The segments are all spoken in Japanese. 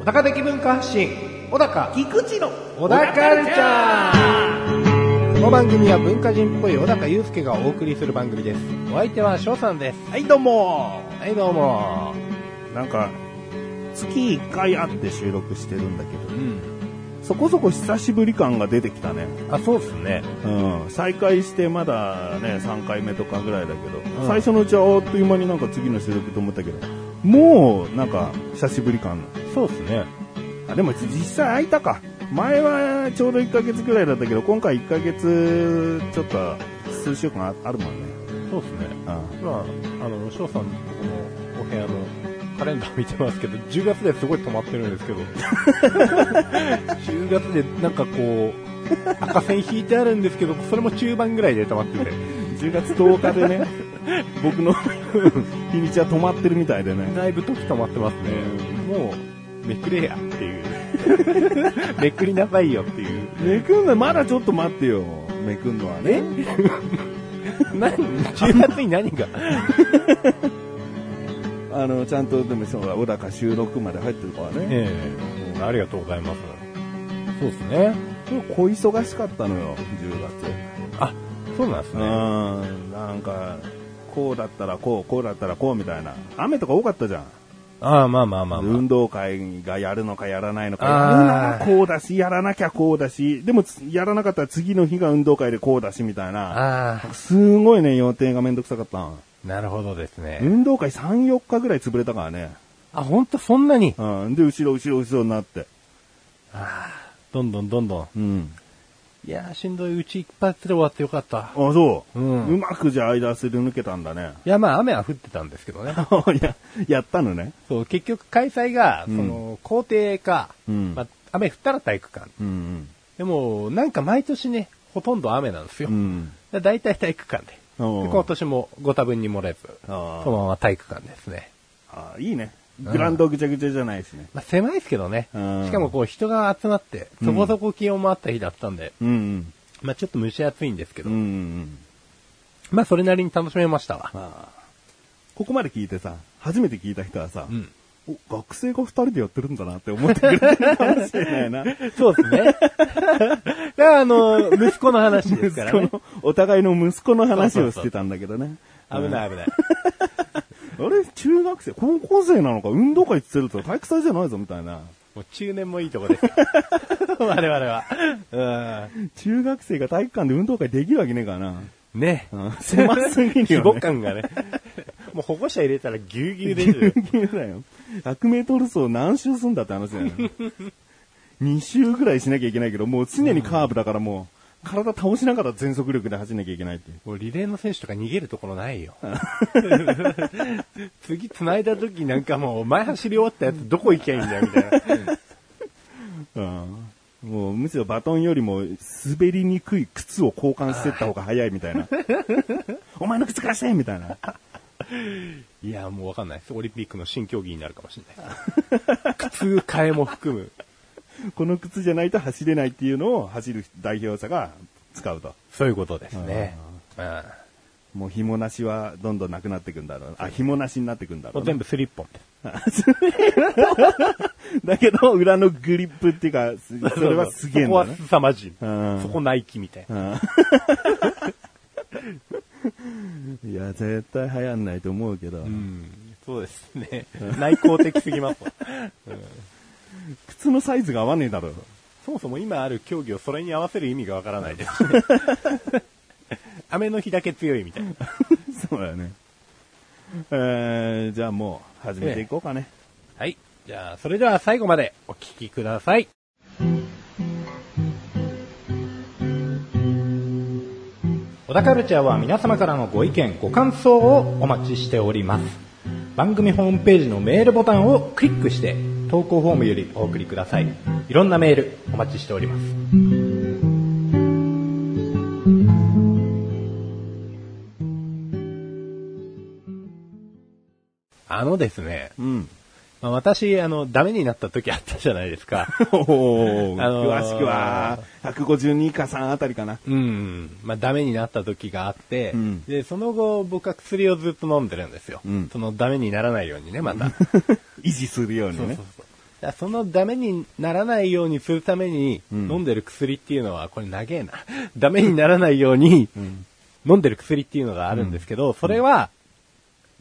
小高的文化発信小高菊池の小高カルチャーこの番組は文化人っぽい小高祐介がお送りする番組ですお相手は翔さんですはい、どうもはいどうもなんか、月1回会って収録してるんだけど、うんそこそこ久しぶり感が出てきたね。あそうですねうん。再開してまだね、3回目とかぐらいだけど、うん最初のうちはあっという間になんか次の収録と思ったけど、もう、なんか、久しぶり感。そうですねあ、でも実際空いたか。前はちょうど1ヶ月ぐらいだったけど、今回1ヶ月、ちょっと、数週間ああるもんね。そうですねうん。まああの翔さんのお部屋のカレンダー見てますけど10月ですごい止まってるんです けど10月でなんかこう赤線引いてあるんですけどそれも中盤ぐらいで止まってて10月10日 でね、僕の 日にちは止まってるみたいでね。だいぶ時止まってますね。もう、めくれやっていう。 めくりなさいよっていう。めくんの、まだちょっと待ってよ。めくんのはね。何 ?10 月に何があの、ちゃんと、でも、そうだ、小高収録まで入ってるからね。ええありがとうございます。そうですね。小忙しかったのよ、10月。あ、そうなんですうね。ん、なんか、こうだったらこう、こうだったらこうみたいな。雨とか多かったじゃん。ああ、まあまあまあまあ。運動会がやるのかやらないのか。あーやるならこうだし、やらなきゃこうだし、でもつ、やらなかったら次の日が運動会でこうだしみたいな。ああ、すごいね、予定がめんどくさかった。なるほどですね。運動会3、4日ぐらい潰れたからね。あ、ほんとそんなにうん。で、後ろ、後ろ、後ろになって。どんどんどんどん。うん。いやー、しんどいうち一発で終わってよかったあ、。そう。うんまくじゃあ間すり抜けたんだね。 いや、まあ雨は降ってたんですけどね。や、やったのね。 そう、結局開催が、そうんの、校庭か、うんまあ雨降ったら体育館。うんでも、なんか毎年ね、ほとんど雨なんですよ。うん。うん。だ大体体育館で。でおう今年もご多分に漏れず、そあーのまま体育館ですね。あいいね。グラウンドぐちゃぐちゃじゃないしね。まあ、狭いですけどね。うんしかもこう人が集まって、そこそこ気温もあった日だったんで、うんまあちょっと蒸し暑いんですけうん。うど、んうん。まあそれなりに楽しめましたわ。ああ。ここまで聞いてさ、初めて聞いた人はさ、うん。お、学生が二人でやってるんだなって思ってくれるかもしれな いな。そうです ね。だからあの、息子の話ですからね息。子の、お互いの息子の話をしてたんだけどね。危ない危ない。うん。あれ、中学生、高校生なのか、運動会って言ってると体育祭じゃないぞみたいな。もう中年もいいとこ ですよ。我々は。うん。中学生が体育館で運動会できるわけねえからな。ね。うん、狭すぎるよ、ね。規模感がね。もう保護者入れたらぎゅうぎゅうですよ。ぎゅうぎゅうだよ。100メートル走何周すんだって話だよ、ね。2周ぐらいしなきゃいけないけど、もう常にカーブだからもう、体倒しながら全速力で走んなきゃいけないっていう。もうリレーの選手とか逃げるところないよ。 次繋いだ時なんかもう前走り終わったやつどこ行きゃいいんだよみたいな。うん。もうむしろバトンよりも滑りにくい靴を交換してった方が早いみたいな。お前の靴貸してみたいな。いや、もうわかんないです。オリンピックの新競技になるかもしれないです。靴替えも含む。この靴じゃないと走れないっていうのを走る代表者が使うと。そういうことですね。うん。もう紐なしはどんどんなくなってくんだろう。あ、紐なしになってくんだもろううね、全部スリッポンです。だけど、裏のグリップっていうか、すそれはすげえんそこだは ね。凄まじい。うんそこナイキみたいな。いや、絶対流行んないと思うけど、うん。そうですね。内向的すぎますわ。靴のサイズが合わねえだろ。 そもそも今ある競技をそれに合わせる意味がわからないです。 雨の日だけ強いみたいな。そうだよね。えー、じゃあもう、始めていこうかね。はい。じゃあ、それでは最後までお聞きください。小田カルチャーは皆様からのご意見、ご感想をお待ちしております。番組ホームページのメールボタンをクリックして、投稿フォームよりお送りください。いろんなメールお待ちしております。あのですね、うん。まあ、私、あの、ダメになった時あったじゃないです か。おーあのー詳しくは、152か3あたりか な。うん。まあ、ダメになった時があって、うんで、その後、僕は薬をずっと飲んでるんですよ。うんその、ダメにならないようにね、また。維持するようにね。そうそうだからそのダメにならないようにするために、うん飲んでる薬っていうのは、これ長えな。 ダメにならないように、飲んでる薬っていうのがあるんですけど、それは、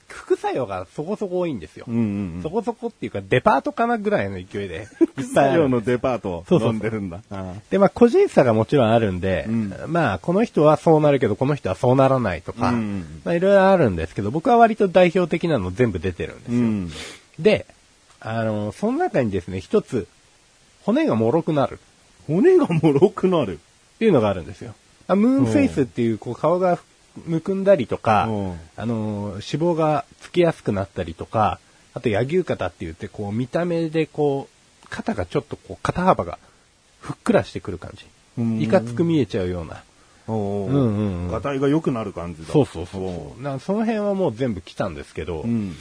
副作用がそこそこ多いんですよ。うんうんうんそこそこっていうか、デパートかなぐらいの勢いで。いっ副ぱいあ作用るのデパートそうそうそう飲んでるんだ。ああで、まあ、個人差がもちろんあるんで、うんまあ、この人はそうなるけど、この人はそうならないとか、うんまあ、いろいろあるんですけど、僕は割と代表的なの全部出てるんですうよ。ん。で、あの、その中にですね、一つ、骨が脆くなる骨がもろくなる。っていうのがあるんですよ。あムーンフェイスっていう、こう、顔がむくんだりとかうん、あの、脂肪がつきやすくなったりとか、あと、野牛肩って言って、こう、見た目で、こう、肩がちょっと、こう、肩幅が、ふっくらしてくる感うんじ。いかつく見えちゃうような。おーうんうんうんがたいが良くなる感じだ。そうそうそう。なその辺はもう全部来たんですけど、うん。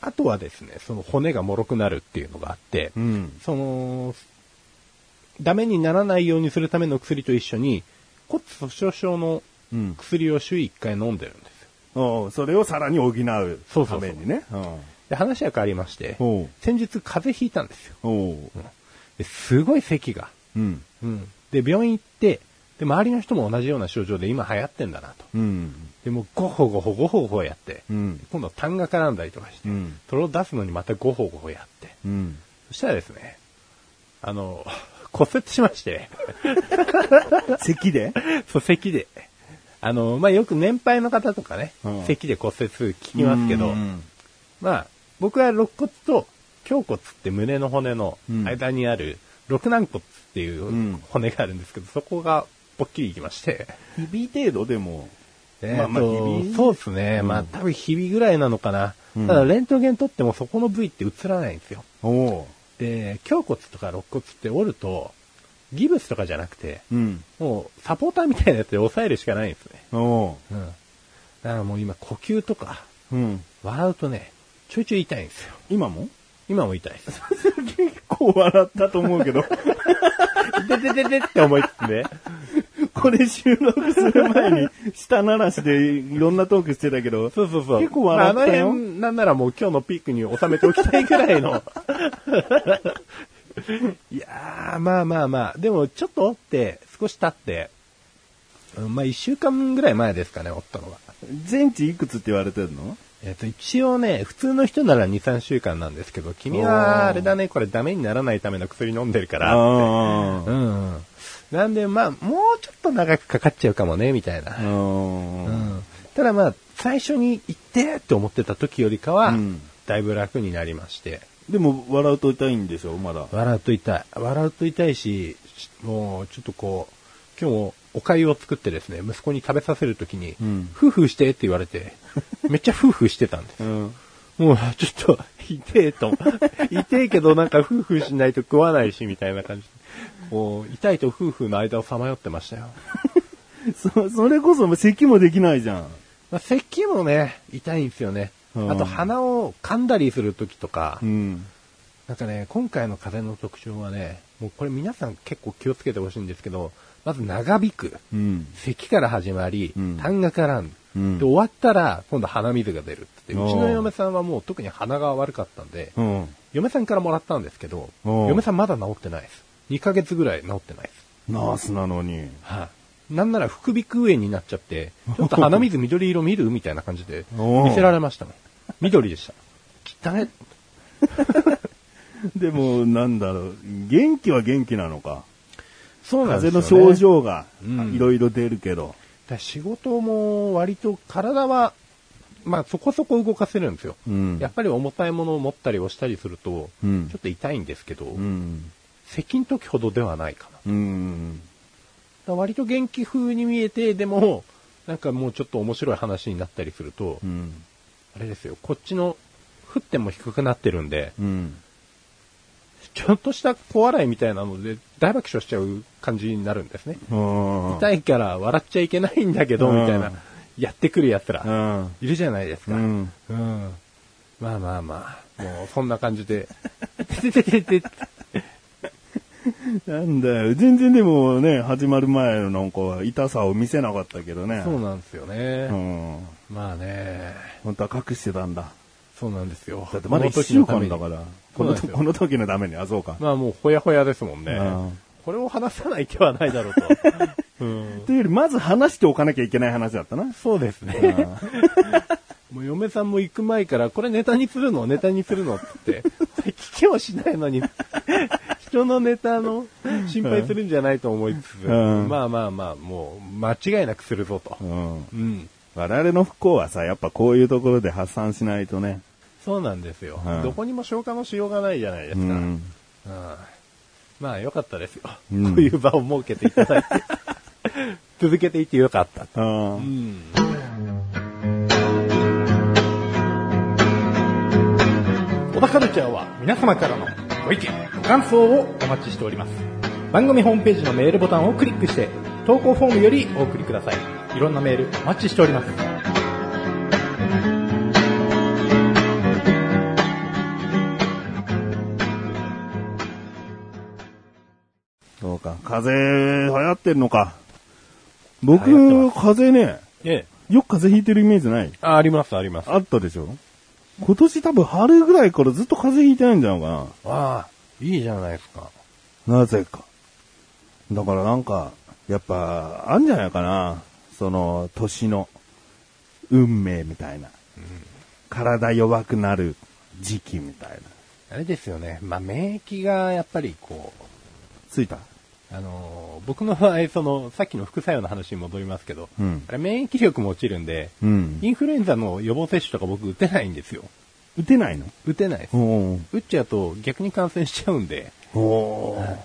あとはですね、その骨が脆くなるっていうのがあって、うん。その、ダメにならないようにするための薬と一緒に、骨粗鬆症のうん。薬を週1回飲んでるんですよ。おーそれをさらに補うそうそたうそうめにね。で、話は変わりまして、おう先日風邪ひいたんですよ。おおですごい咳が。うん。うん。で、病院行って、で、周りの人も同じような症状で今流行ってんだなと。うん。で、もうゴホゴホゴホゴホやって、うん。今度は痰が絡んだりとかして、うんそれを出すのにまたゴホゴホやって、うん。そしたらですね、あの、 骨折しまして、 咳でそう、咳で。あの、まあ、よく年配の方とかね、うん咳で骨折聞きますけど、うんまあ、僕は肋骨と胸骨って胸の骨のうん間にある肋軟骨っていんう骨があるんですけど、そこがぽっきりいきまして、ひび程度でも、まあまあ、ひびそうですね。まあ、多分ひびぐらいなのかな。うんただ、レントゲン撮ってもそこの部位って映らないんですよ。おおで、胸骨とか肋骨って折ると、ギブスとかじゃなくて、うん。もうサポーターみたいなやつで抑えるしかないんですね。おおうん。だからもう今呼吸とか、うん。笑うとね、ちょいちょい痛いんですよ。今も今も痛いです。結構笑ったと思うけ ど、ででででって思いつつね。これ収録する前に、舌鳴らしでいろんなトークしてたけど、そうそうそう。結構笑ったよまああの辺なんならもう今日のピークに収めておきたいぐらいの。いやー、まあまあまあ。でもちょっと折って、少し経って、うんまあ一週間ぐらい前ですかね、折ったのが。全治いくつって言われてるのえっと、一応ね、普通の人なら2、3週間なんですけど、君は、あれだね、これダメにならないための薬飲んでるから、あうんうん。なんで、まあ、もうちょっと長くかかっちゃうかもね、みたいあな。うー。ん。ただまあ、最初に行ってって思ってた時よりかは、うんだいぶ楽になりまして。でも、笑うと痛いんでしょまだ。笑うと痛い。笑うと痛いし、しもう、ちょっとこう、今日もお粥を作ってですね、息子に食べさせるときに、うん夫婦してって言われて、めっちゃ夫婦してたんです。うん。もう、ちょっと、痛えと。痛えけど、なんか、夫婦しないと食わないし、みたいな感じで。こう、痛いと夫婦の間をさまよってましたよ。そ、それこそ咳もできないじゃん。まあ、咳もね、痛いんですよね。うんあと、鼻を噛んだりするときとか、ん。なんかね、今回の風邪の特徴はね、もうこれ皆さん結構気をつけてほしいんですけど、まず長引く。うん。咳から始まりうん、痰が絡む。うんで、終わったら、今度鼻水が出るって言って。うちおのー嫁さんはもう特に鼻が悪かったんで、うん。嫁さんからもらったんですけど、おう嫁さんまだ治ってないです。2ヶ月ぐらい治ってないです。ナースなのに。はい。なんなら副鼻腔炎になっちゃ って、ちょっと鼻水緑色見るみたいな感じで、おう見せられましたもん。緑でした。汚い。 でも、なんだろう、元気は元気なのか。そうなん風ですよ、ね。邪の症状がうんいろいろ出るけど。だから仕事も割と体は、まあそこそこ動かせるんですよ。うんやっぱり重たいものを持ったり押したりすると、うんちょっと痛いんですけど、うん。咳の時ほどではないかな。うん。だから割と元気風に見えて、でも、なんかもうちょっと面白い話になったりすると、うん。あれですよ、こっちの、振っても低くなってるんで、うん。ちょっとした小笑いみたいなので、大爆笑しちゃう感じになるんですね。うん。痛いから笑っちゃいけないんだけど、みたいなうん、やってくる奴うら、ん。いるじゃないですうか。ん。うん。まあまあまあ。もう、そんな感じ で。てててててなんだよ。全然でもね、始まる前のなんか痛さを見せなかったけどね。そうなんですよね。うん。まあね、本当は隠してたんだ。そうなんですよ。だってまだこ1の時週のため間にだから。そこうなんでのす時よこの時のために、あ、そうか。まあもう、ほやほやですもんねうん。これを話さない手はないだ ろうと。うんというより、まず話しておかなきゃいけない話だったな。そうですね。もう嫁さんも行く前から、これネタにするのネタにするのってって、聞きもしないのに、人のネタの心配するんじゃないと思いつつ、うんまあまあまあ、もう間違いなくするぞとう。ん。うん。我々の不幸はさ、やっぱこういうところで発散しないとね。そうなんですよ。うんどこにも消化のしようがないじゃないですうか。ん。うんまあ、良かったですよ。うんこういう場を設けていただい て。続けていって良かった。あうん。小田カルチャーは皆様からのご意見、ご感想をお待ちしております。番組ホームページのメールボタンをクリックして、投稿フォームよりお送りください。いろんなメールお待ちしております。そうか。風邪流行ってんのか。僕、流行風邪ね、ええ。よく風邪ひいてるイメージない。あ、あります、あります。ああったでしょ今年多分春ぐらいからずっと風邪ひいてないんじゃないかあ、いいじゃないですか。な。なぜか。だからなんか、やっぱ、あんじゃないかな。その、年の、運命みたいな。体弱くなる時期みたいな。あれですよね。まあ、免疫がやっぱりこついたう、あのー僕の場合、その、さっきの副作用の話に戻りますけど、うんあれ免疫力も落ちるんで、うんインフルエンザの予防接種とか僕打てないんですよ。打てないの打てないです。おー打っちゃうと逆に感染しちゃうんで、おーま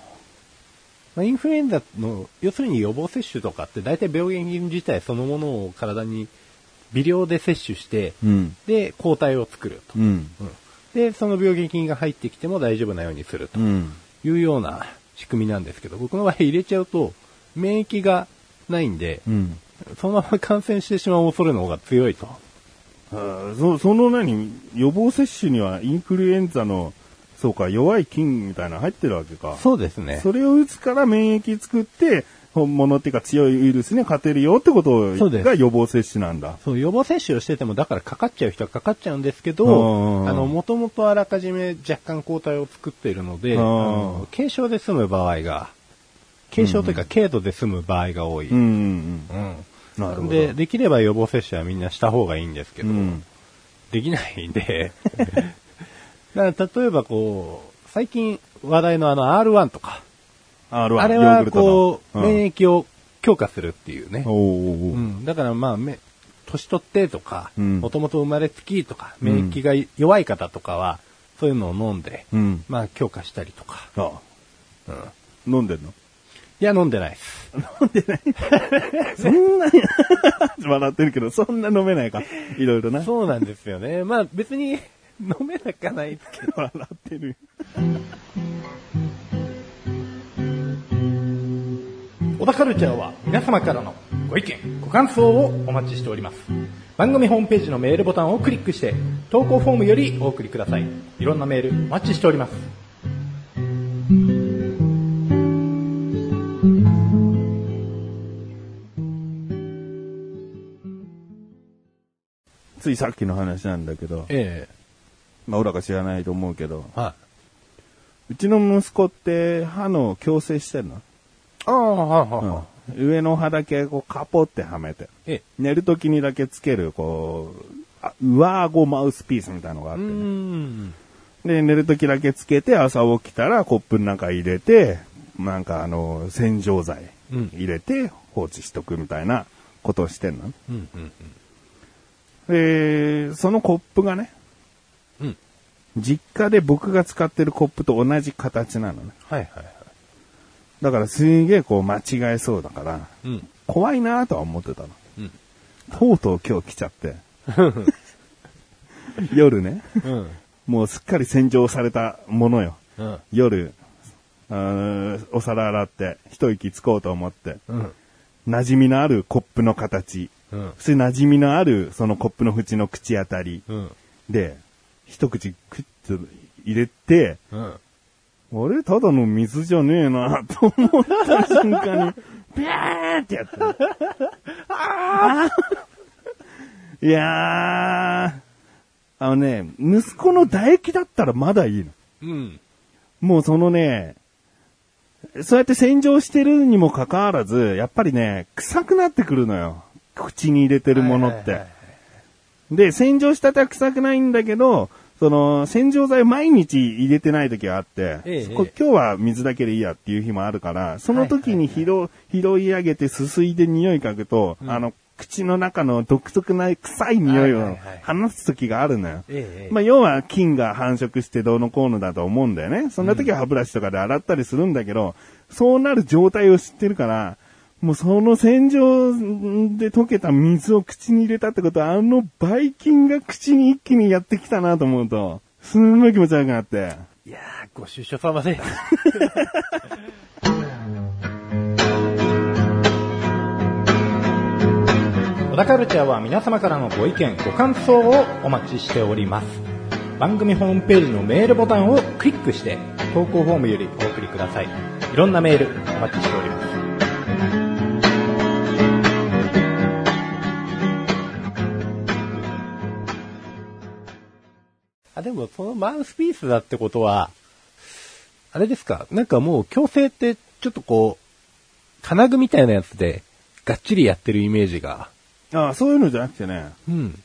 あインフルエンザの、要するに予防接種とかって大体病原菌自体そのものを体に微量で摂取して、うん。で、抗体を作ると、うん。うんで、その病原菌が入ってきても大丈夫なようにするとうん。いうような仕組みなんですけど、僕の場合入れちゃうと免疫がないんで、うん。そのまま感染してしまう恐れの方が強いと。あーそその何予防接種にはインフルエンザの、そうか、弱い菌みたいなの入ってるわけか。そうですね。それを打つから免疫作って、本物っていうか強いウイルスには勝てるよってことそうですが予防接種なんだ。そう、予防接種をしてても、だからかかっちゃう人はかかっちゃうんですけど、うんあの、もともとあらかじめ若干抗体を作っているので、うんあの軽症で済む場合が、軽症というか軽度で済む場合が多い。うんううんんうん。なるほど。で、できれば予防接種はみんなした方がいいんですけうど、ん。できないんで、 だから例えばこう、最近話題のあの R1 とか、 R1、あれヨーグはルこトう、のうん免疫を強化するっていうね。おうおうおううん、だからまあ、め年取ってとか、うんもともと生まれつきとか、免疫が弱い方とかは、そういうのを飲んで、うん。まあ強化したりとか。あ、うん、い飲んでんの や、飲んでないです。そんなに笑ってるけど、そんな飲めないか。いろいろな。そうなんですよね。まあ別に 飲めなかないですけど。笑ってる。小田カルチャーは皆様からのご意見、ご感想をお待ちしております。番組ホームページのメールボタンをクリックして、投稿フォームよりお送りください。いろんなメールお待ちしております。ついさっきの話なんだけど、えまあ、オラが知らないと思うけど、えはうちの息子って歯の矯正してんの、い。ああ、はいはいはい。うん、上の歯だけこうカポってはめて。ええ寝る時にだけつける、こう、あ上顎マウスピースみたいのがあっうて、ーん。で、寝る時だけつけて、朝起きたらコップの中入れて、なんかあの、洗浄剤うん入れて放置しとくみたいなことをしてんの。うん、うん、で、そのコップがね、うん。うん。実家で僕が使ってるコップと同じ形なのね。はいはいはだからすんげえこう間違えそうだから、い。うん。怖いなとは思ってたの。うん。とうとう今日来ちゃって。 夜ね、うん。もうすっかり洗浄されたものよ。うん。夜、あーお皿洗って、一息つこうと思って、うん。馴染みのあるコップの形、うん。そして馴染みのあるそのコップの縁の口当たりうん。で、一口クッと入れて、うん。あれただの水じゃねえな、と思った瞬間に、ピャーってやった。あーいやー、あのね、息子の唾液だったらまだいいの。うん。もうそのね、そうやって洗浄してるにもかかわらず、やっぱりね、臭くなってくるのよ。口に入れてるものって。はいはいはいで、洗浄したては臭くないんだけど、その、洗浄剤毎日入れてない時があって、ええこええ今日は水だけでいいやっていう日もあるから、その時に拾,、拾い上げてすすいで匂い嗅ぐと、あの、口の中の独特な臭い匂いはいはいをはい放つ時があるのよ。ええまあ、要は菌が繁殖してどうのこうのだと思うんだよね。そんな時は歯ブラシとかで洗ったりするんだけど、そうなる状態を知ってるから、もうその洗浄で溶けた水を口に入れたってことは、あのバイ菌が口に一気にやってきたなと思うと、すんごい気持ち悪くなって。いやー、ご出所様です。小田カルチャーは皆様からのご意見ご感想をお待ちしております番組ホームページのメールボタンをクリックして投稿フォームよりお送りくださいいろんなメールお待ちしておりますあ、でも、そのマウスピースだってことは、あれですか、なんかもう、強制って、ちょっとこう、金具みたいなやつで、がっちりやってるイメージが。ああ、そういうのじゃなくてね、うん。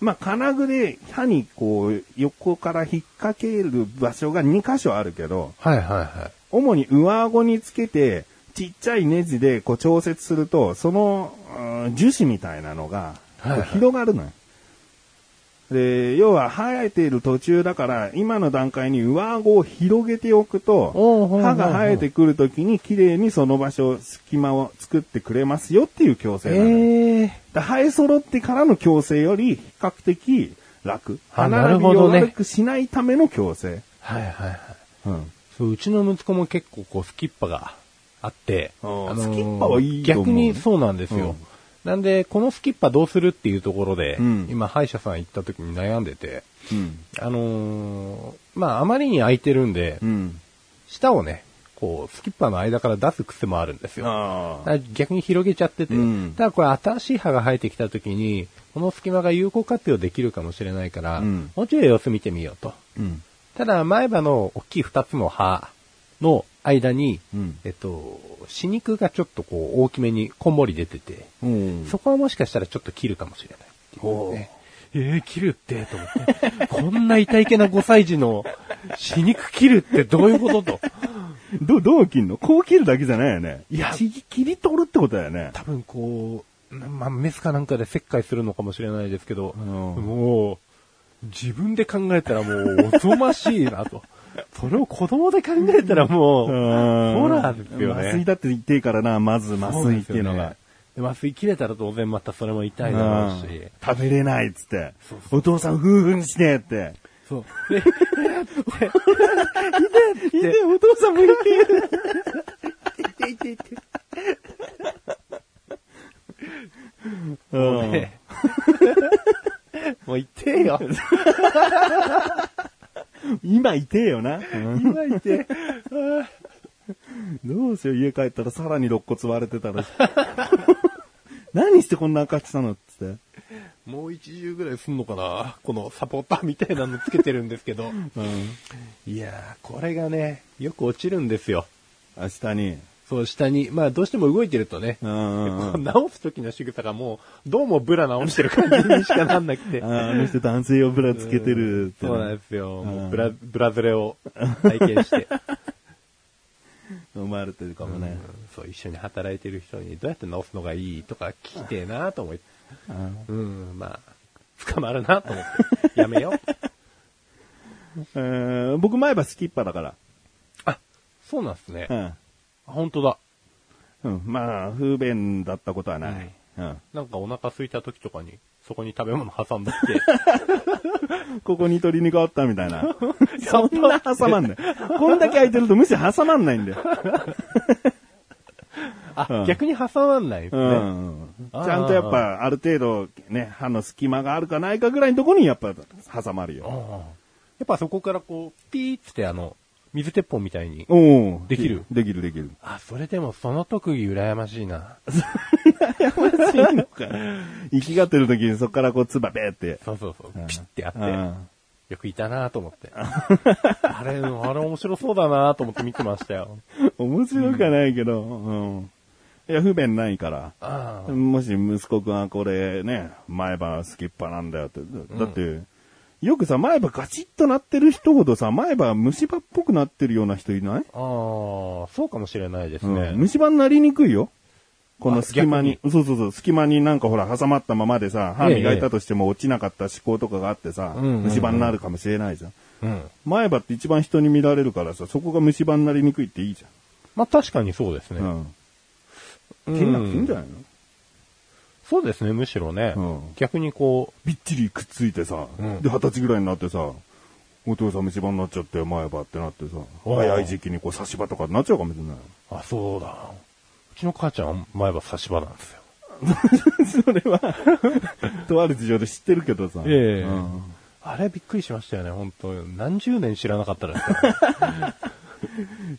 まあ、金具で歯にこう、横から引っ掛ける場所が2箇所あるけど、はいはいは主に上顎につけて、ちっちゃいネジでこう調節すると、その、うん樹脂みたいなのが、はいはいこう広がるのよ。で、要は生えている途中だから、今の段階に上顎を広げておくおうほとうほうほ、う歯が生えてくるときに綺麗にその場所、隙間を作ってくれますよっていう矯正なのよ。ええだ生え揃ってからの矯正より比較的楽。あ歯なる並びほをどね悪くしないための矯正。はいはいはい。うん。そう、うちの息子も結構こう、スキッパがあって、あースキッパはいいと思う逆にそうなんですよ。うんなんで、このスキッパどうするっていうところで、うん今、歯医者さん行った時に悩んでて、うん。あのーまあ、あまりに空いてるんで、うん。舌をね、こう、スキッパーの間から出す癖もあるんですよ。あだあから逆に広げちゃってて、うんただこれ新しい歯が生えてきた時に、この隙間が有効活用できるかもしれないから、うんもうちょい様子見てみようと。うん。ただ前歯の大きい二つの歯の間に、うんえっと、歯肉がちょっとこう大きめにこんもり出てて、うんそこはもしかしたらちょっと切るかもしれないっていうことでね。えー、切るって、と思って。こんな痛いけな5歳児の死肉切るってどういうことと。ど、どう切るのこう切るだけじゃないよね。いやちぎ切り取るってことだよね。多分こう、なまあ、メスかなんかで切開するのかもしれないですけど、んもう、自分で考えたらもうおぞましいな と。それを子供で考えたらもう、ホほラーですよね麻酔だって痛いからな、まず麻そうで酔っすてよいうのねが。。で麻酔切れたら当然またそれも痛ういだろうしん。食べれないっつってそう。そお父さん夫婦にしてって。そう。で、いて、お父さんもい て。うんねもう痛えよ。今いてえよな。うん今痛え。どうしよう、家帰ったらさらに肋骨割れてた ら。何してこんな赤したのっつって。 もう一重ぐらいすんのかなこのサポーターみたいなのつけてるんですけど。うん。いやー、これがね、よく落ちるんですよ。明日に。そう、下に。まあ、どうしても動いてるとね、うんうんうんこう 直す時の仕草がもう、どうもブラ直してる感じにしかなんなくて。ああの人男性用ブラつけてるってねそうなんですよ。もううんブラ、ブラズレを体験して。思われてるかもね。そう、一緒に働いてる人にどうやって直すのがいいとか聞きてえなと思って。うん、まあ、捕まるなと思って。やめよ う。えー僕前歯スキッパだから。あ、そうなんですね。うあん。本当だ。うん。まあ、不便だったことはない。うん。なんかお腹空いた時とかに、そこに食べ物挟んだ って。ここに鶏肉あったみたいな。そんな挟まんない。こんだけ空いてるとむしろ挟まんないんだよ。あ、うん逆に挟まんないですうね。ん。ちあーゃんとやっぱ、ある程度、ね、歯の隙間があるかないかぐらいのとこにやっぱ挟まるよ。あっぱそこからこう、ピーっつってあの、水鉄砲みたいに。おーできるできるできる。あ、それでもその特技羨ましいな。 生きがってる時にそこからこう、つばべーって。そうそうそううん。ピッてやって、うんよくいたなと思 って。あれ、あれ面白そうだなと思って見てましたよ。 面白くはないけど、うん。いや、不便ないから。ああ。もし息子くんはこれね、前歯すきっぱなんだよって。だって、よくさ、前歯ガチッとなってる人ほどさ、前歯虫歯っぽくなってるような人いない、ああ、そうかもしれないですうんね。虫歯になりにくいよ。このあ隙間に、そうそうそう、隙間になんかほら挟まったままでさ、歯ええ磨いたとしても落ちなかった歯垢とかがあってさ、うんうんうん虫歯になるかもしれないじゃん。うん。前歯って一番人に見られるからさ、そこが虫歯になりにくいっていいじまあ確かにそうですゃね。ん。うん。う気んになくていいんじゃないの、そうですね、むしろね。うん逆にこびっちりくっついてさ、うんで、二十歳ぐらいになってさ、お父さん虫歯になっちゃって、前歯ってなってさ、おう早い時期にこう差し歯とかになっちゃうかもしれなう、あ、そうだな。うちの母ちゃん、前歯差し歯なんですよ。い。それは、とある事情で知ってるけどさ。ええうんあれびっくりしましたよね、本当何十年知らなかったですから。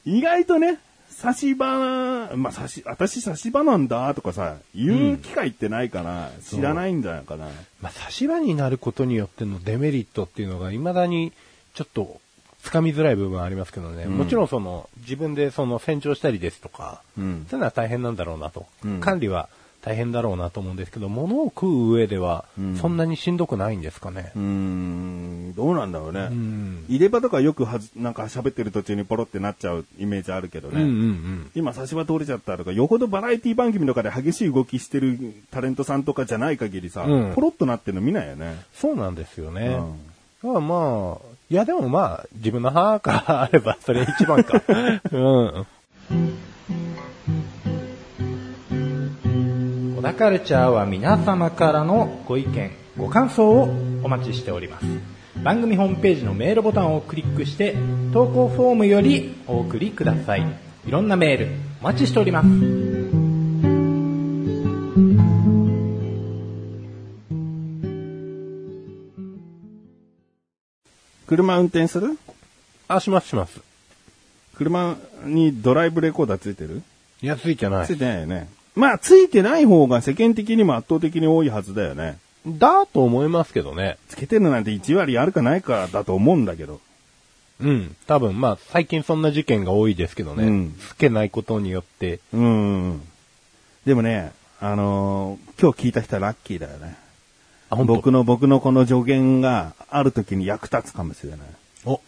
意外とね、差し歯、まあ、差し、私差し歯なんだとかさ、言う機会ってないから、知らないんじゃないかな。まあ、差し歯になることによってのデメリットっていうのが、未だにちょっと、つかみづらい部分はありますけどね。もちろんその、自分でその、洗浄したりですとか、うんそういうのは大変なんだろうなと。うん管理は大変だろうなと思うんですけど、物を食う上ではん、そんなにしんどくないんですかねう。ーん、どうなんだろうね。ん入れ歯とかよくはず、なんか喋ってる途中にポロってなっちゃうイメージあるけどうんね。うんうん。今、差し歯通れちゃったとか、よほどバラエティ番組とかで激しい動きしてるタレントさんとかじゃない限りさ、うんポロッとなってるの見ないよね。そうなんですよね。うんだからまあ、いやでもまあ、自分の 歯があれば、それ一番 か。うん。小田カルチャーは皆様からのご意見、ご感想をお待ちしております。番組ホームページのメールボタンをクリックして、投稿フォームよりお送りください。いろんなメール、お待ちしております。車運転するあ、しますします。車にドライブレコーダーついてる、いや、ついてないつい。てないよね。まあ、ついてない方が世間的にも圧倒的に多いはずだよね。だと思いますけどね。つけてるなんて1割あるかないかだと思うんだけど。うん。多分、まあ、最近そんな事件が多いですけどね。うんつけないことによって。うん。でもね、あのー今日聞いた人はラッキーだよね。あ、ほんと僕の、僕のこの助言がある時に役立つかもしれない。お、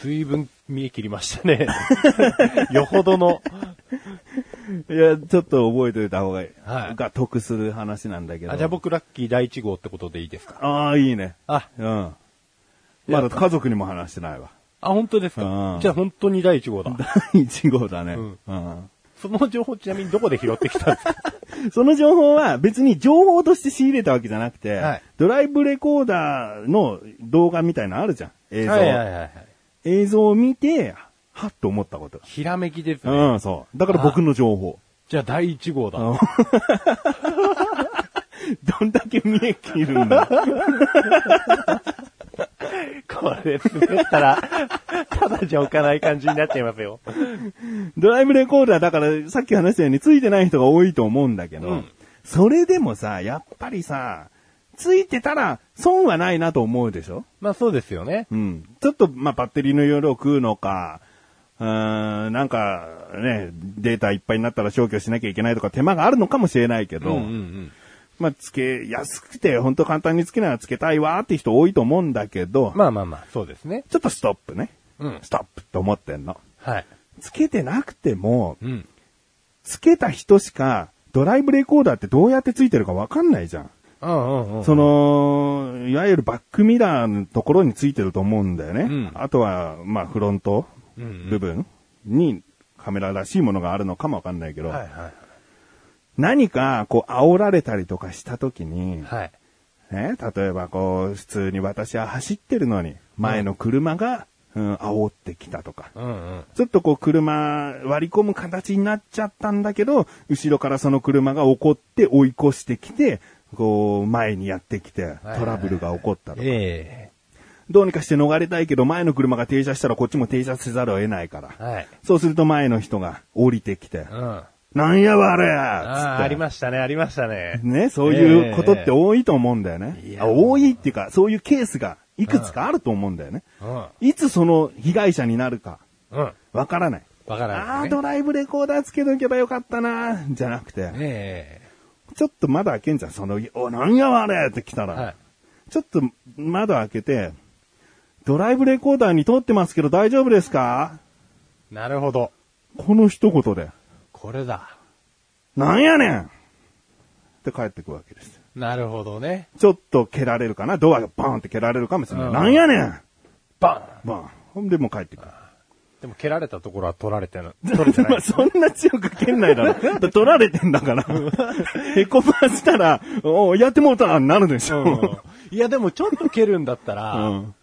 随分見え切りました ね。よほどの。いや、ちょっと覚えておいた方がいい。はいが得する話なんだけど。あ、じゃあ。僕ラッキー第一号ってことでいいですかああ、いいね。あ、うん。まだ家族にも話してないわ。あ、本当ですうかんじゃあ本当に第一号だ。第1号だね。んうんその情報ちなみにどこで拾ってきたんですかその情報は別に情報として仕入れたわけじゃなくて、はいドライブレコーダーの動画みたいなのあるじゃん。映像。いはい。映像を見て、はっと思ったこと。ひらめきですね。うん、そう。だから僕の情報。じゃあ第一号だ。うん どんだけ見え切るんだ。これ滑ったら、 ただじゃ置かない感じになっちゃいますよ。ドライブレコーダーだから、さっき話したようについてない人が多いと思うんだけど、うんそれでもさ、やっぱりさ、ついてたら損はないなと思うでしょまあそうですよね。うん。ちょっと、まあ、バッテリーの容量を食うのか、うーん、なんか、ね、データいっぱいになったら消去しなきゃいけないとか手間があるのかもしれないけど、ん。まあ、つけ、安くて、本当簡単につけならつけたいわーって人多いと思うんだけど、まあまあまあ、そうですね。ちょっとストップね。うんストップと思ってんの。はい。つけてなくても、うん。つけた人しか、ドライブレコーダーってどうやってついてるかわかんないじゃん。うんうんうん。その、いわゆるバックミラーのところについてると思うんだよね。うんあとは、まあ、フロントうんうん部分にカメラらしいものがあるのかもわかんないけど、はいは何か、こう、煽られたりとかした時い。に、はい。ね、例えばこう、普通に私は走ってるのに、前の車が、うん、煽ってきたとか、うんうん。ちょっとこう車割り込む形になっちゃったんだけど、後ろからその車が怒って追い越してきて、こう前にやってきてはいトラブルが起こったとか。ええどうにかして逃れたいけど、前の車が停車したらこっちも停車せざるを得ないから。はい。そうすると前の人が降りてきて、うん。あなんやわれあー、ありましたね、ありましたね。ね、そういうことって多いと思うんだよね。ええあ多いっていうか、そういうケースがいくつかあると思うんだよね。うん。いつその被害者になるか、うん。わからない。わからあなあ、いですね。ドライブレコーダーつけとけばよかったな、じゃなくて、えちょっと窓開けんじゃん、その、お、なんやわれって来たえら、はい。ちょっと窓開けて、ドライブレコーダーに通ってますけど大丈夫ですかなるほど。この一言で、これだ。なんやねんって帰ってくわけですよ。なるほどね。ちょっと蹴られるかなドアがバーンって蹴られるかもしれなうい。んなんやねんババンほんでもう帰っ てくる。ンでも蹴られたところは取られて る。取れてなまいあ。そんな強く蹴んないだろ。だって取られてん だから。へこましたら、おうやってもうたになるでしょ。うんいや、でもちょっと蹴るんだったら、うん。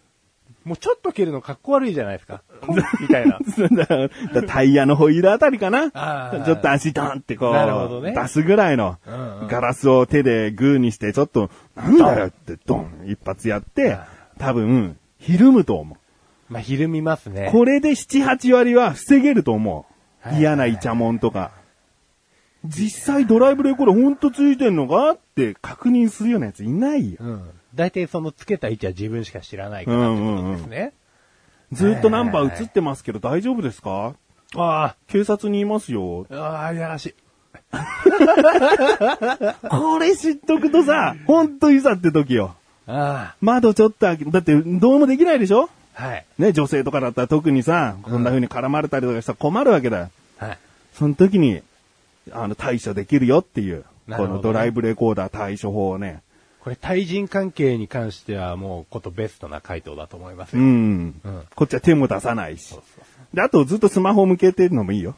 もうちょっと蹴るのかっこ悪いじゃないですか。コンみたいな。そうだだタイヤのホイールあたりかなあーちょっと足ドンってこなるほどう、ね出すぐらいのうんうん、ガラスを手でグーにして、ちょっと、なんだよってドン一発やって、多分、ひるむと思う。まあ、ひるみますね。これで7、8割は防げると思はう。い嫌なイチャモンとか。実際ドライブレコーダーほんとついてんのかって確認するようなやついないよ。うん。大体そのつけた位置は自分しか知らないかうらんうんうですん。ね。ずっとナンバー映ってますけど大丈夫ですかあ警察にいますよ。あ、ああ、いやらしい。これ知っとくとさ、ほんといざって時よ。あ窓ちょっと開け、だってどうもできないでしょあ、はい。ね、女性とかだったら特にさ、こんな風に絡まれたりとかしたら困るわけだよ。はい。その時に、あの、対処できるよっていう、なるほこどねのドライブレコーダー対処法をね。これ対人関係に関してはもうことベストな回答だと思いますうよ。ん。うんこっちは手も出さないしそう。そうで、あとずっとスマホ向けてるのもいいよ。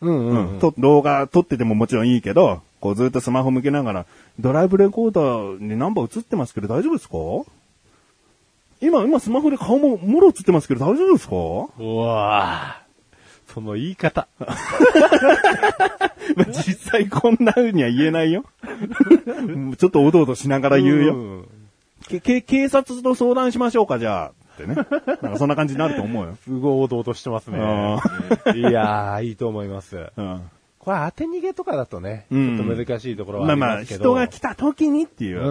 そううんううん、うん。と動画撮っててももちろんいいけど、こうずっとスマホ向けながら、ドライブレコーダーにナンバー映ってますけど大丈夫ですか今、今スマホで顔ももろ映ってますけど大丈夫ですかうわあ、その言い方。まあ 実際こんな風には言えないよ。うん ちょっとおどおどしながら言うよ。んけ、け、警察と相談しましょうか、じゃあ。ってね。なんかそんな感じになると 思うよ。すごいおどおどしてますね。あいやー、いいと思います。うん。これ当て逃げとかだとね、うんちょっと難しいところはあまありままあ、すけど。人が来た時にっていう。う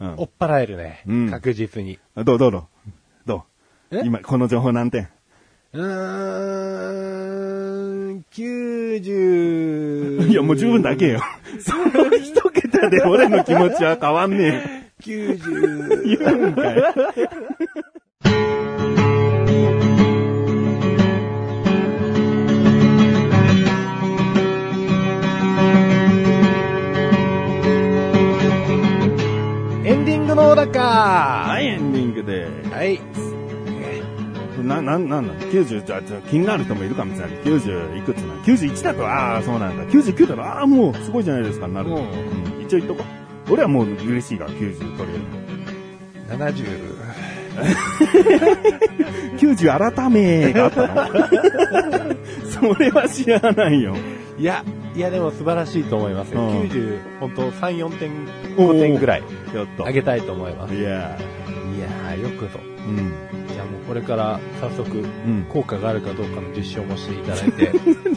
うんん。追っ払えるね。うん確実に。どう、どうぞどうえ今、この情報何点うーん、90。 いや、もう十分だけよ。その一桁で俺の気持ちは変わんね90。えよ。言うんかい。エンディングのだかはい、エンディングで。はい。な、な、なんなの ?90、じゃあ、ちょ気になる人もいるかもしれない。90いくつなの ?91 だと、ああ、そうなんだ。99だと、ああ、もうすごいじゃないですか、なる。うんうん一応言っとこう。俺はもう嬉しいから、90取れる。 70。 90改めがあった のそれは知らないよ。いや、いやでも素晴らしいと思いますよ。うん90、本当3、4点、おー5点ぐらいやっと。上げたいと思います。いいややー、よくぞ。ーうん。じゃあもうこれから早速、うん。効果があるかどうかの実証もしていただいて、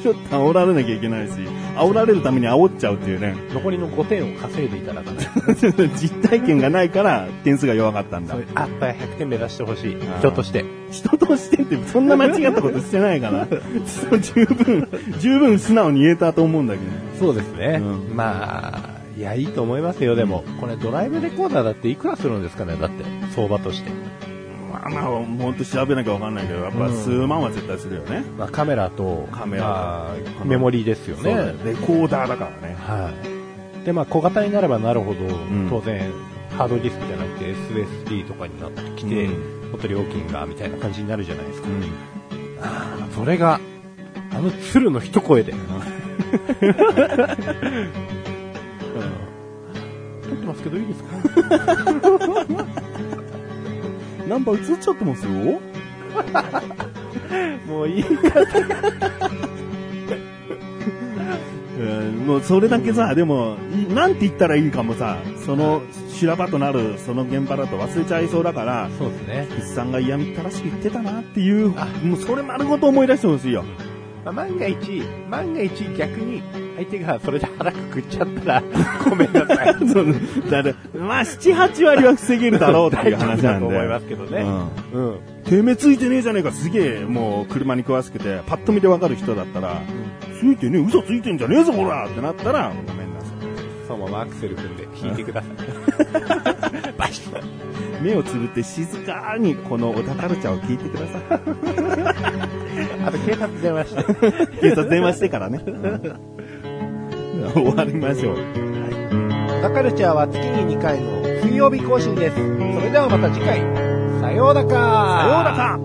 ちょっ と煽られなきゃいけないし、煽られるために煽っちゃうっていうね。 残りの5点を稼いでいただかないと。実体験がないから点数が弱かったんだそう。いうあった100点目指してほしいー。人として。人としてってそんな間違ったことしてないから、 そう十分、十分素直に言えたと思うんだけど。そうですね。うんまあ、いや、いいと思いますよ、でも。これドライブレコーダーだっていくらするんですかね、だって。相場として。まあまあ、ほんと調べなきゃわかんないけど、やっぱ数万は絶対するよね。まあ、カメラと、カメラまあメモリーですよそうだよね。レコーダーだからね。はい。で、まあ、小型になればなるほど、ん当然、ハードディスクじゃなくて SSD とかになってきて、うもっと料金が、みたいな感じになるじゃないですか。うんあそれが、あの鶴の一声で。撮ってますけどいいです かナンバー映っちゃってますよもういい。えーもうそれだけさ、でも、いなんて言ったらいいかもさ、その修羅場となるその現場だと忘れちゃいそうだから、そうですね。筆さんが嫌みったらしく言ってたなっていう、もうそれ丸ごと思い出してほしいよ。 まあ、万が一、万が一逆に相手がそれで腹くくっちゃったらごめんな さい。そうだからまあ、七八割は防げるだろうっていう話 なんと思いまで。すけどね。うん。てめえついてねえじゃねえか、すげえ、もう車に詳しくて、パッと見てわかる人だったら、ついてねえ、嘘ついてんじゃねえぞ、ほらってなったら、ごめんなさそのままアクセル踏んで引いてください。い。目をつぶって静かにこのお宝茶を聞いてください。 あと警察電話して。警察電話してからね。終わりましょう。小田カルチャーは月に2回の水曜日更新です。それではまた次回、さようならさようなら